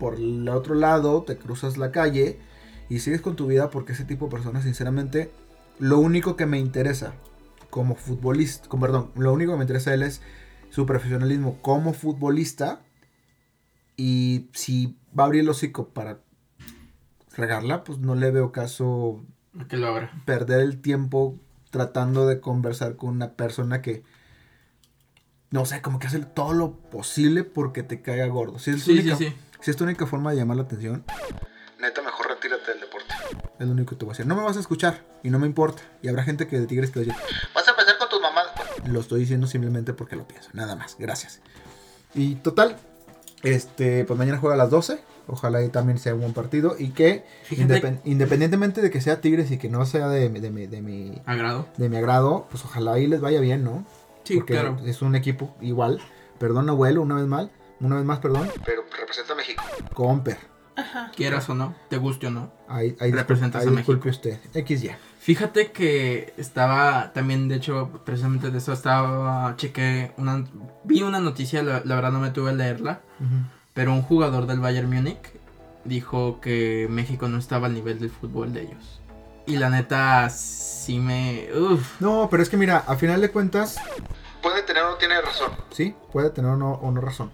Speaker 1: Por el otro lado, te cruzas la calle y sigues con tu vida porque ese tipo de personas, sinceramente, lo único que me interesa como futbolista, con, perdón, lo único que me interesa de él es su profesionalismo como futbolista. Y si va a abrir el hocico para regarla, pues no le veo caso
Speaker 2: Que lo abra.
Speaker 1: perder el tiempo tratando de conversar con una persona que no sé, como que hace todo lo posible porque te caiga gordo. Si es, tu
Speaker 2: Sí, sí,
Speaker 1: única-
Speaker 2: sí.
Speaker 1: si es tu única forma de llamar la atención,
Speaker 4: Neta, mejor retírate del deporte.
Speaker 1: es lo único que te voy a decir. No me vas a escuchar y no me importa. Y habrá gente que de Tigres que lo diga,
Speaker 4: Vas a empezar con tus mamás.
Speaker 1: Lo estoy diciendo simplemente porque lo pienso, nada más, gracias. Y total, este, pues mañana juega a las 12. Ojalá y también sea un buen partido. Y que
Speaker 2: Fíjate-
Speaker 1: indepen- independientemente de que sea Tigres y que no sea de, mi- de, mi- de mi,
Speaker 2: Agrado.
Speaker 1: de mi agrado, pues ojalá y les vaya bien, ¿no?
Speaker 2: Sí,
Speaker 1: Porque
Speaker 2: claro.
Speaker 1: es un equipo igual. Perdón, abuelo, una vez mal. Una vez más, perdón.
Speaker 4: Pero representa a México.
Speaker 1: Comper.
Speaker 3: Ajá.
Speaker 2: quieras o no, te guste o no.
Speaker 1: Ahí, ahí, discul-
Speaker 2: Representas
Speaker 1: ahí
Speaker 2: a
Speaker 1: disculpe usted. XY.
Speaker 2: Fíjate que estaba también, de hecho, precisamente de eso estaba, chequé, una, vi una noticia, la, la verdad no me tuve a leerla, pero un jugador del Bayern Múnich dijo que México no estaba al nivel del fútbol de ellos. Y la neta, sí me... Uf,
Speaker 1: No, pero es que mira, a final de cuentas,
Speaker 4: Puede tener o no tiene razón.
Speaker 1: sí, puede tener o no, o no razón.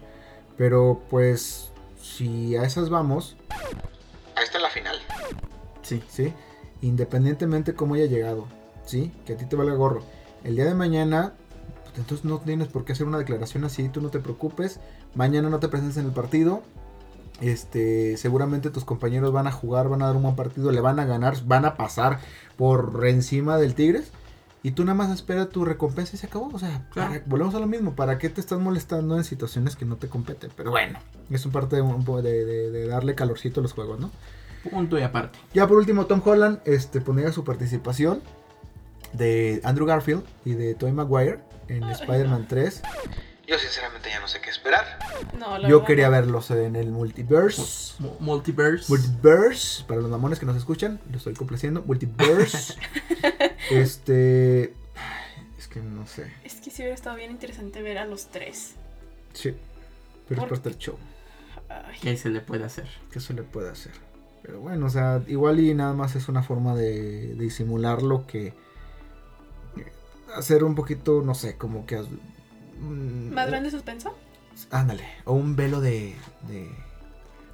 Speaker 1: Pero pues, si a esas vamos,
Speaker 4: Ahí está la final.
Speaker 2: sí.
Speaker 1: ¿sí? Independientemente cómo haya llegado, ¿sí? Que a ti te valga gorro. El día de mañana, pues, entonces no tienes por qué hacer una declaración así, tú no te preocupes. Mañana no te presentes en el partido. Este, seguramente tus compañeros van a jugar, van a dar un buen partido, le van a ganar, van a pasar por encima del Tigres. Y tú nada más espera tu recompensa y se acabó. O sea,
Speaker 2: Claro.
Speaker 1: para- volvemos a lo mismo. ¿Para qué te estás molestando en situaciones que no te competen? Pero bueno, es un parte de, un po- de- de- de darle calorcito a los juegos, ¿no?
Speaker 2: Punto y aparte.
Speaker 1: Ya por último, Tom Holland este, ponía su participación de Andrew Garfield y de Tobey Maguire en Spider-Man 3.
Speaker 4: Yo sinceramente ya no sé qué esperar.
Speaker 3: No, la
Speaker 1: Yo
Speaker 3: verdad,
Speaker 1: quería
Speaker 3: no.
Speaker 1: verlos en el Multiverse.
Speaker 2: Mu- Multiverse.
Speaker 1: Multiverse, para los mamones que nos escuchan, lo estoy complaciendo. Multiverse. este. ay, Es que no sé.
Speaker 3: Es que sí hubiera estado bien interesante ver a los tres.
Speaker 1: Sí. Pero es
Speaker 3: ¿Por
Speaker 1: parte del show.
Speaker 3: Ay.
Speaker 2: ¿Qué se le puede hacer?
Speaker 1: ¿Qué se le puede hacer? Pero bueno, o sea, igual y nada más es una forma de disimular lo que. eh, Hacer un poquito, no sé, como que. as- mm,
Speaker 3: ¿Más
Speaker 1: o-
Speaker 3: grande suspenso?
Speaker 1: Ándale, o un velo de, de.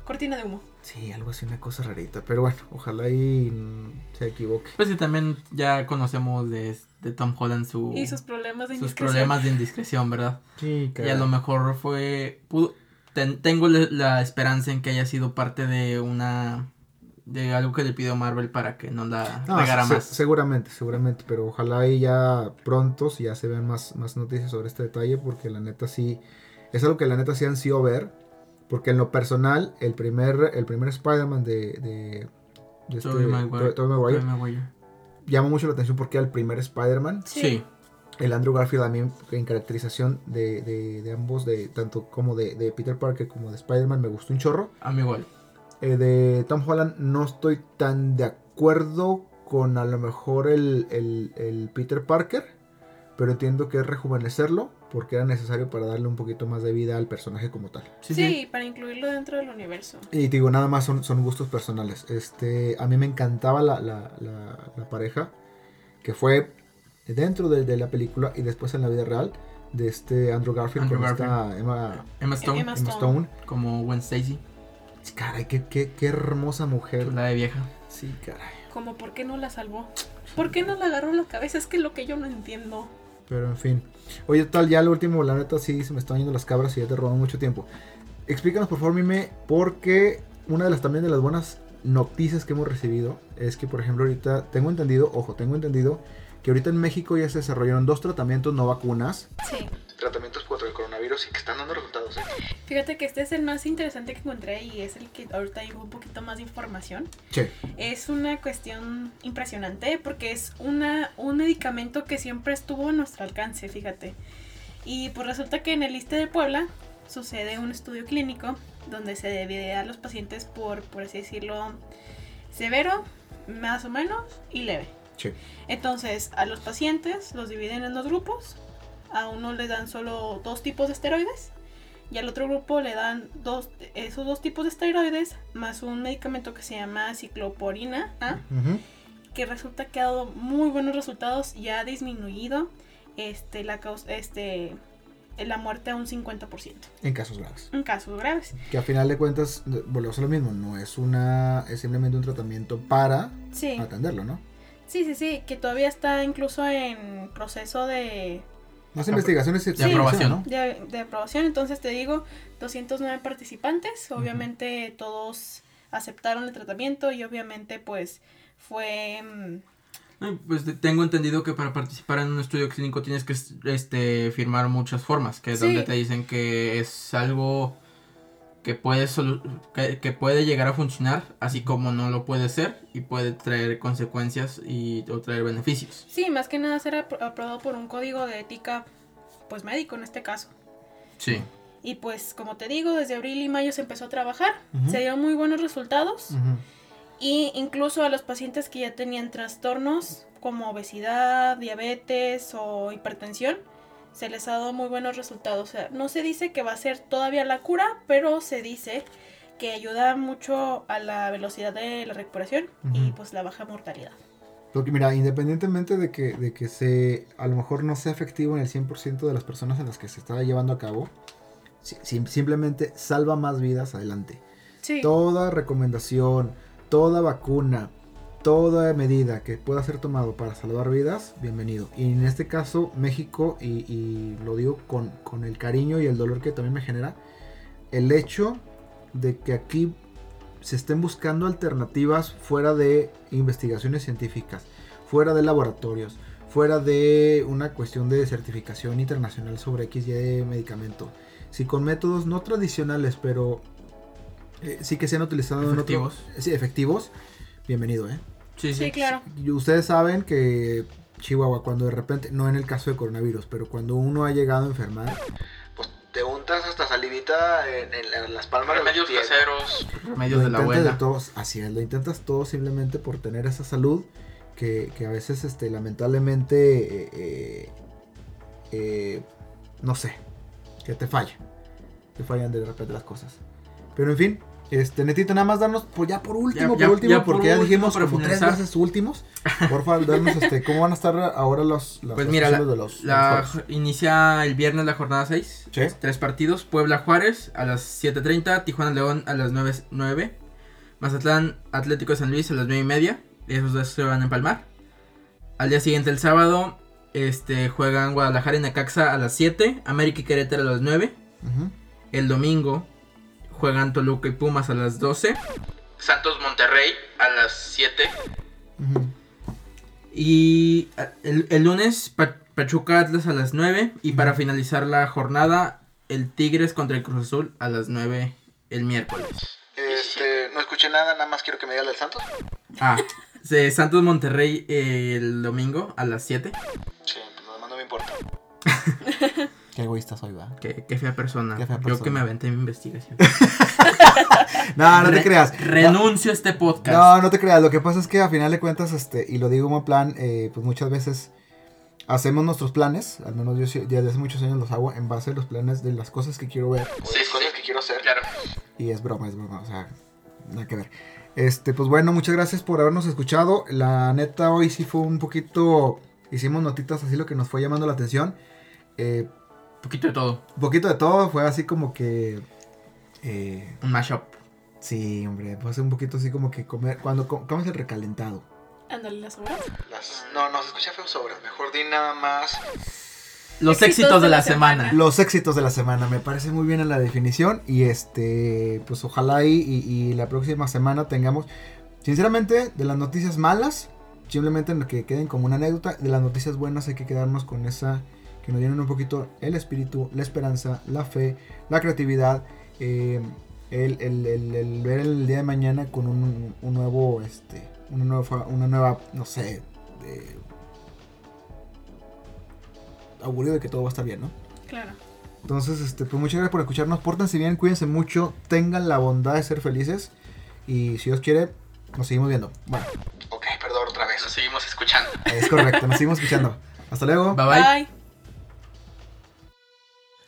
Speaker 3: Cortina de humo.
Speaker 1: Sí, algo así, una cosa rarita. Pero bueno, ojalá y mm, se equivoque.
Speaker 2: Pues sí, también ya conocemos de, de Tom Holland su...
Speaker 3: Y sus problemas de
Speaker 2: Uh. sus
Speaker 3: indiscreción.
Speaker 2: problemas de indiscreción, ¿verdad?
Speaker 1: Sí,
Speaker 2: Y a lo mejor fue. pudo- ten- tengo le- la esperanza en que haya sido parte de una. de algo que le pidió Marvel para que no la
Speaker 1: No,
Speaker 2: regara
Speaker 1: se-
Speaker 2: más.
Speaker 1: Seguramente, seguramente, pero ojalá y ya pronto si ya se vean más, más noticias sobre este detalle, porque la neta sí, es algo que la neta sí ansío ver, porque en lo personal, el primer, el primer Spider-Man de, de, de este-
Speaker 2: Tobey Maguire.
Speaker 1: Tobey- Tobey Maguire,
Speaker 2: Tobey Maguire.
Speaker 1: llama mucho la atención porque era el primer Spider-Man,
Speaker 2: Sí.
Speaker 1: el Andrew Garfield también en caracterización de, de- de ambos, de tanto como de, de Peter Parker como de Spider-Man, me gustó un chorro.
Speaker 2: a mí igual.
Speaker 1: Eh, de Tom Holland no estoy tan de acuerdo con a lo mejor el, el- el Peter Parker. pero entiendo que es rejuvenecerlo porque era necesario para darle un poquito más de vida al personaje como tal.
Speaker 3: Sí, para incluirlo dentro del universo.
Speaker 1: Y te digo, nada más son, son gustos personales. Este, a mí me encantaba la, la- la- la pareja que fue dentro de, de la película y después en la vida real de este Andrew Garfield
Speaker 2: Andrew
Speaker 1: con esta Emma,
Speaker 2: Emma Stone
Speaker 3: Emma
Speaker 1: Emma
Speaker 3: Stone.
Speaker 1: Stone.
Speaker 2: como Gwen Stacy,
Speaker 1: Caray, qué, qué- qué hermosa mujer.
Speaker 2: la de vieja.
Speaker 1: Sí, caray.
Speaker 3: Como, ¿por qué no la salvó? ¿Por qué no la agarró la cabeza? Es que es lo que yo no entiendo.
Speaker 1: Pero en fin. Oye, tal, ya lo último, la neta sí se me están yendo las cabras y ya te robamos mucho tiempo. Explícanos por favor, Mime, porque una de las también de las buenas noticias que hemos recibido es que, por ejemplo, ahorita tengo entendido, ojo, tengo entendido que ahorita en México ya se desarrollaron dos tratamientos no vacunas.
Speaker 3: Sí.
Speaker 4: Tratamientos contra el coronavirus y que están dando resultados. ¿eh?
Speaker 3: Fíjate que este es el más interesante que encontré y es el que ahorita hay un poquito más de información.
Speaker 1: Che,
Speaker 3: Es una cuestión impresionante porque es una, un medicamento que siempre estuvo a nuestro alcance, fíjate. Y pues resulta que en el ISTE de Puebla sucede un estudio clínico donde se divide a los pacientes por, por así decirlo, severo, más o menos, y leve.
Speaker 1: che.
Speaker 3: Entonces, a los pacientes los dividen en dos grupos. A uno le dan solo dos tipos de esteroides y al otro grupo le dan dos, esos dos tipos de esteroides más un medicamento que se llama cicloporina A,
Speaker 1: Ujú.
Speaker 3: que resulta que ha dado muy buenos resultados y ha disminuido este, la, caus- este, la muerte a un 50%
Speaker 1: En casos graves.
Speaker 3: en casos graves.
Speaker 1: Que a final de cuentas, eh, volvemos a lo mismo, no es una, es simplemente un tratamiento para
Speaker 3: Sí.
Speaker 1: atenderlo, ¿no?
Speaker 3: Sí, sí, sí, que todavía está incluso en proceso de
Speaker 1: Más
Speaker 2: De apro-
Speaker 1: investigaciones y
Speaker 2: de aprobación.
Speaker 1: ¿no?
Speaker 3: de, de aprobación. Entonces te digo, 209 participantes. Obviamente todos aceptaron el tratamiento y obviamente pues fue... mm,
Speaker 2: Ay, Pues te- tengo entendido que para participar en un estudio clínico tienes que es- este, firmar muchas formas, que es
Speaker 3: Sí.
Speaker 2: donde te dicen que es algo que puede, solu- que, que puede llegar a funcionar, así como no lo puede ser, y puede traer consecuencias y, o traer beneficios.
Speaker 3: Sí, más que nada ser apro- aprobado por un código de ética pues médico en este caso.
Speaker 2: Sí.
Speaker 3: Y pues como te digo, desde abril y mayo se empezó a trabajar,
Speaker 1: Ujú.
Speaker 3: se dieron muy buenos resultados
Speaker 1: Ujú.
Speaker 3: y incluso a los pacientes que ya tenían trastornos como obesidad, diabetes o hipertensión, se les ha dado muy buenos resultados. O sea, no se dice que va a ser todavía la cura, pero se dice que ayuda mucho a la velocidad de la recuperación y
Speaker 1: Ujú.
Speaker 3: pues la baja mortalidad.
Speaker 1: Porque mira, independientemente de que, de que se, a lo mejor no sea efectivo en el 100% de las personas en las que se está llevando a cabo, si- sim- simplemente salva más vidas adelante.
Speaker 3: Sí.
Speaker 1: Toda recomendación, toda vacuna, toda medida que pueda ser tomado para salvar vidas, bienvenido. Y en este caso, México, y, y lo digo con, con el cariño y el dolor que también me genera, el hecho de que aquí se estén buscando alternativas fuera de investigaciones científicas, fuera de laboratorios, fuera de una cuestión de certificación internacional sobre XY medicamento. Si con métodos no tradicionales, pero eh, sí que se han utilizado en otro-
Speaker 2: Efectivos.
Speaker 1: sí, efectivos, bienvenido, ¿eh?
Speaker 2: Sí,
Speaker 3: Sí, claro.
Speaker 1: Y ustedes saben que Chihuahua, cuando de repente, no en el caso de coronavirus, pero cuando uno ha llegado a enfermar,
Speaker 4: Pues te untas hasta salivita en, en- en las palmas de los
Speaker 5: Remedios
Speaker 4: pies.
Speaker 5: caseros.
Speaker 2: Remedios
Speaker 1: lo
Speaker 2: de la
Speaker 1: intentas
Speaker 2: abuela.
Speaker 1: de todos, así es, lo intentas todo simplemente por tener esa salud que, que a veces, este, lamentablemente, eh, eh, eh, no sé, que te falla, te fallan de repente las cosas. Pero en fin, este, netito, nada más darnos, por ya por último,
Speaker 2: ya-
Speaker 1: por último,
Speaker 2: ya por
Speaker 1: porque ya
Speaker 2: último,
Speaker 1: dijimos
Speaker 2: para
Speaker 1: como
Speaker 2: finalizar.
Speaker 1: tres veces últimos, por favor, darnos, este, cómo van a estar ahora los, las
Speaker 2: Pues mira, la,
Speaker 1: opciones de los- de
Speaker 2: la
Speaker 1: los juegos.
Speaker 2: jo- inicia el viernes la jornada 6.
Speaker 1: Sí.
Speaker 2: Tres partidos. Puebla Juárez a las 7.30. Tijuana León a las 9, nueve. Mazatlán Atlético de San Luis a las 9 y media. Esos dos se van a empalmar. Al día siguiente, el sábado, este, juegan Guadalajara y Necaxa a las 7. América y Querétaro a las 9.
Speaker 1: Ujú.
Speaker 2: El domingo juegan Toluca y Pumas a las 12. Santos Monterrey a las 7.
Speaker 1: Ujú.
Speaker 2: Y a- el, el lunes Pa- Pachuca Atlas a las 9 y para finalizar la jornada el Tigres contra el Cruz Azul a las 9 el miércoles.
Speaker 4: Este, no escuché nada, nada más quiero que me diga el del Santos.
Speaker 2: Ah, se- Santos Monterrey eh, el domingo a las 7.
Speaker 4: Sí, pues nada más no me importa.
Speaker 1: Qué egoísta soy, va.
Speaker 2: Qué, qué fea persona.
Speaker 1: Qué fea
Speaker 2: Yo
Speaker 1: persona.
Speaker 2: que me aventé mi investigación.
Speaker 1: No, no
Speaker 2: Re-
Speaker 1: te creas.
Speaker 2: Renuncio a este podcast.
Speaker 1: No, no te creas. Lo que pasa es que a final de cuentas, este, y lo digo como plan, eh, pues muchas veces hacemos nuestros planes, al menos yo sí- ya desde hace muchos años los hago en base a los planes de las cosas que quiero ver
Speaker 4: Sí,
Speaker 2: Sí,
Speaker 4: las cosas
Speaker 2: sí.
Speaker 4: que quiero hacer.
Speaker 2: Claro.
Speaker 1: y es broma, es broma, o sea, nada que ver. Este, pues bueno, muchas gracias por habernos escuchado. La neta hoy sí fue un poquito hicimos notitas así lo que nos fue llamando la atención. Eh,
Speaker 2: Poquito de todo.
Speaker 1: un poquito de todo, fue así como que eh,
Speaker 2: Un mashup.
Speaker 1: sí, hombre, fue así un poquito así como que comer cuando co- comes el recalentado.
Speaker 3: Ándale, las obras.
Speaker 4: Las- No, no, se escucha feo sobra. Mejor di nada más.
Speaker 2: Los éxitos de la semana.
Speaker 1: Los éxitos de la semana, me parece muy bien en la definición y este, pues ojalá y, y- y la próxima semana tengamos, sinceramente, de las noticias malas, simplemente en lo que queden como una anécdota, de las noticias buenas hay que quedarnos con esa, que nos llenen un poquito el espíritu, la esperanza, la fe, la creatividad, eh, el, el- el- el ver el día de mañana con un, un nuevo, este, una nueva, una nueva, no sé, de... augurio de que todo va a estar bien, ¿no?
Speaker 3: Claro.
Speaker 1: Entonces, este, pues muchas gracias por escucharnos. Pórtense bien, cuídense mucho, tengan la bondad de ser felices. Y si Dios quiere, nos seguimos viendo. Bueno,
Speaker 4: Ok, perdón, otra vez.
Speaker 2: Nos seguimos escuchando.
Speaker 1: es correcto, nos seguimos escuchando. Hasta luego.
Speaker 2: Bye bye.
Speaker 3: Bye.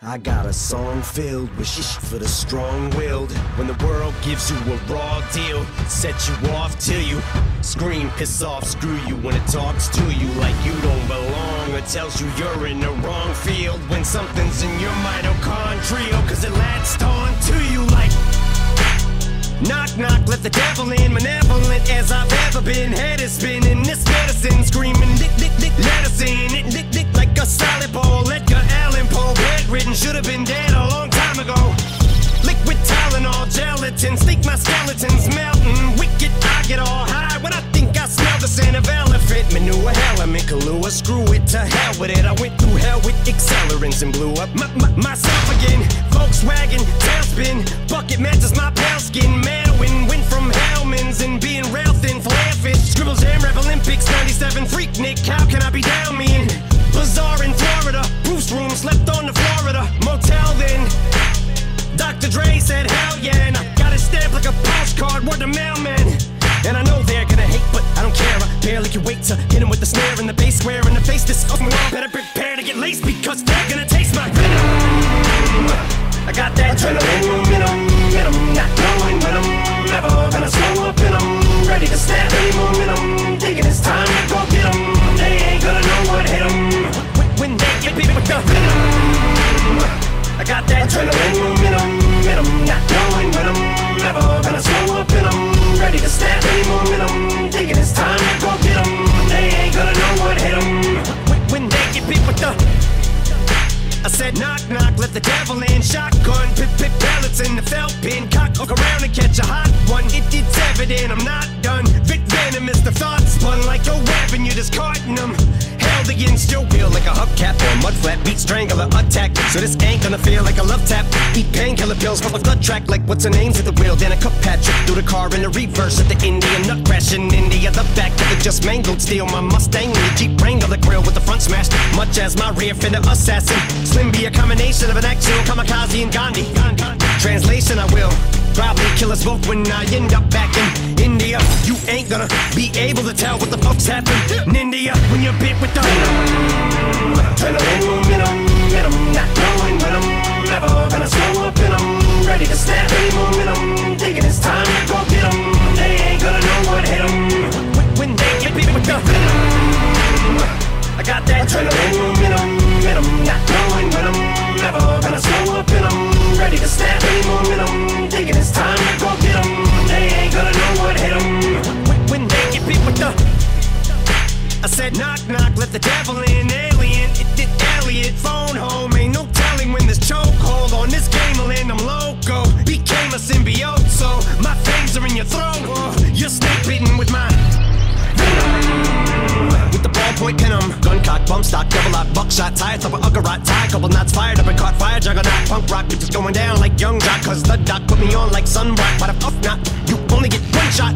Speaker 5: I got a song filled with shh for the strong-willed. When the world gives you a raw deal, set you off till you scream, piss off, screw you. When it talks to you like you don't belong, or tells you you're in the wrong field. When something's in your mitochondrial, cause it latched on to you like. Knock, knock, let the devil in. Malevolent as I've ever been. Head is spinning. This medicine screaming. Dick, dick, dick, let us in. It dick, dick, like a solid ball. Let your Allen pole bedridden. Should have been dead a long time ago. Liquid Tylenol, gelatin. Sneak my skeletons melting. Wicked, I get all high when I think I smell the scent of elephant manure. Hell, I'm in Kahlua. Screw it, to hell with it. I went through hell with accelerants and blew up my, my, myself again. Volkswagen, tailspin. Bucket matches my pale skin. Manowin went from Hellman's and being rail thin. Flare fish, scribble jam, rap Olympics. 97 freak Nick. How can I be down mean? Bazaar in Florida. Bruce room slept on the Florida. Motel then. Dr. Dre said, hell yeah, and I got it stamped like a postcard, word to mailman. And I know they're gonna hate, but I don't care. I barely can wait to hit 'em with the snare and the bass square in the face. This off wall. Better prepare to get laced because they're gonna taste my venom. I got that adrenaline in 'em, in 'em, not knowing when I'm ever gonna slow up in 'em. Ready to snap any momentum, thinking it's time to go get 'em. They ain't gonna know what hit 'em When- when they get beat with the venom. I got that adrenaline momentum, momentum, not knowing when I'm ever gonna slow up in 'em. Ready to snap any momentum, thinking it's time to go get 'em. They ain't gonna know what hit 'em When- when they get beat with the I said knock knock, let the devil in. Shotgun, pip pip pellets in the felt bin. Cock look around and catch a hot one. It, it's evident I'm not done. Vic venomous, the thoughts spun like a weapon. You're just carting 'em. Held against your will like a hubcap or a mud flap. Beat strangler attack. So this ain't gonna feel like a love tap. Eat painkiller pills from a gut track like what's her name's at the wheel. Then a cup Patrick through the car in the reverse at the Indian nut crash in India. The back of the just mangled steel. My Mustang and the Jeep wrangle the grill with the front smashed. Much as my rear fender assassin. Slim be a combination of an actual kamikaze and Gandhi. Translation I will. Probably kill us both when I end up back in India. You ain't gonna be able to tell what the fuck's happened in India when you're bit with the adrenaline momentum, momentum, not knowing when I'm ever gonna slow up and I'm ready to snap any momentum. Thinking it's time to go get 'em. They ain't gonna know what hit 'em When- when they get bit with the venom. I got that adrenaline momentum, momentum, not knowing when I'm never gonna slow up and I'm ready to snap any momentum. Thinking it's time to go get 'em. They ain't gonna know what hit 'em When, when they get bit with the I said knock knock, let the devil in, alien. It did Elliot phone home. Ain't no telling when this chokehold on this game will end. I'm loco, became a symbiote, so my fangs are in your throat. Oh, you're snake bitten with my with the ballpoint pin 'em. Gun cock, bump stock, double lock, buckshot, tie top of uggerot, tie, couple knots fired up and caught fire, juggernaut, punk rock, bitches going down like young jock, cause the doc put me on like sunblock, but I'm off not, you only get one shot.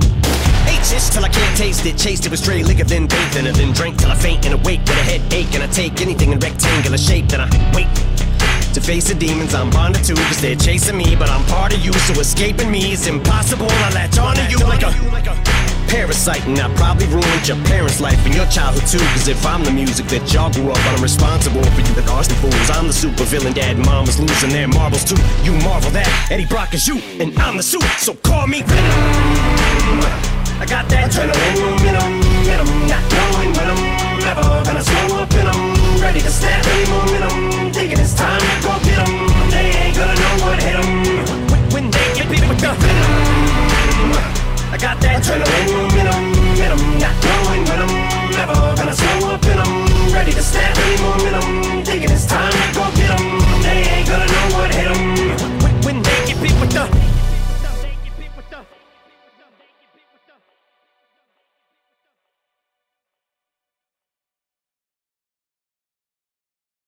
Speaker 5: Ate this till I can't taste it, chased it with stray liquor, then bathed in it, then drank till I faint and awake with a headache, and I take anything in rectangular shape, then I wait. To face the demons I'm bonded to, cause they're chasing me, but I'm part of you, so escaping me is impossible. I latch onto you like a parasite, and I probably ruined your parents' life and your childhood too. Cause if I'm the music that y'all grew up on, I'm responsible for you that arson fools. I'm the super villain, dad and mom was losing their marbles too. You marvel that Eddie Brock is you, and I'm the suit, so call me Venom. I got that adrenaline momentum, momentum, not knowing when I'm ever gonna slow up and I'm ready to snap any momentum. Thinking it's time to go get 'em. they ain't gonna know what hit 'em. When they get beat with the venom. I got that adrenaline momentum, momentum, not knowing when I'm ever gonna slow up and I'm ready to snap any momentum.